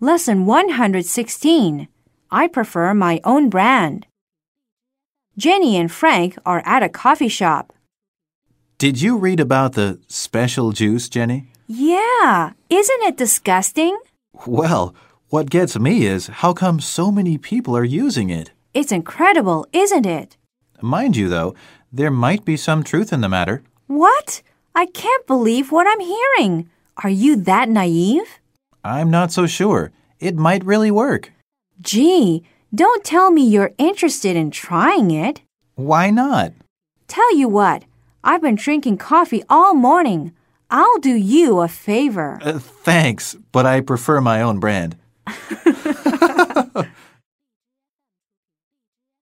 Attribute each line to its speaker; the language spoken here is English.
Speaker 1: Lesson 116 I prefer my own brand. Jenny and Frank are at a coffee shop.
Speaker 2: Did you read about the special juice, Jenny?
Speaker 1: Yeah, isn't it disgusting?
Speaker 2: Well, what gets me is how come so many people are using it.
Speaker 1: It's incredible, isn't it?
Speaker 2: Mind you, though, there might be some truth in the matter.
Speaker 1: What? I can't believe what I'm hearing. Are you that naive?
Speaker 2: I'm not so sure. It might really work.
Speaker 1: Gee, don't tell me you're interested in trying it.
Speaker 2: Why not?
Speaker 1: Tell you what, I've been drinking coffee all morning. I'll do you a favor.
Speaker 2: Uh, thanks, but I prefer my own brand.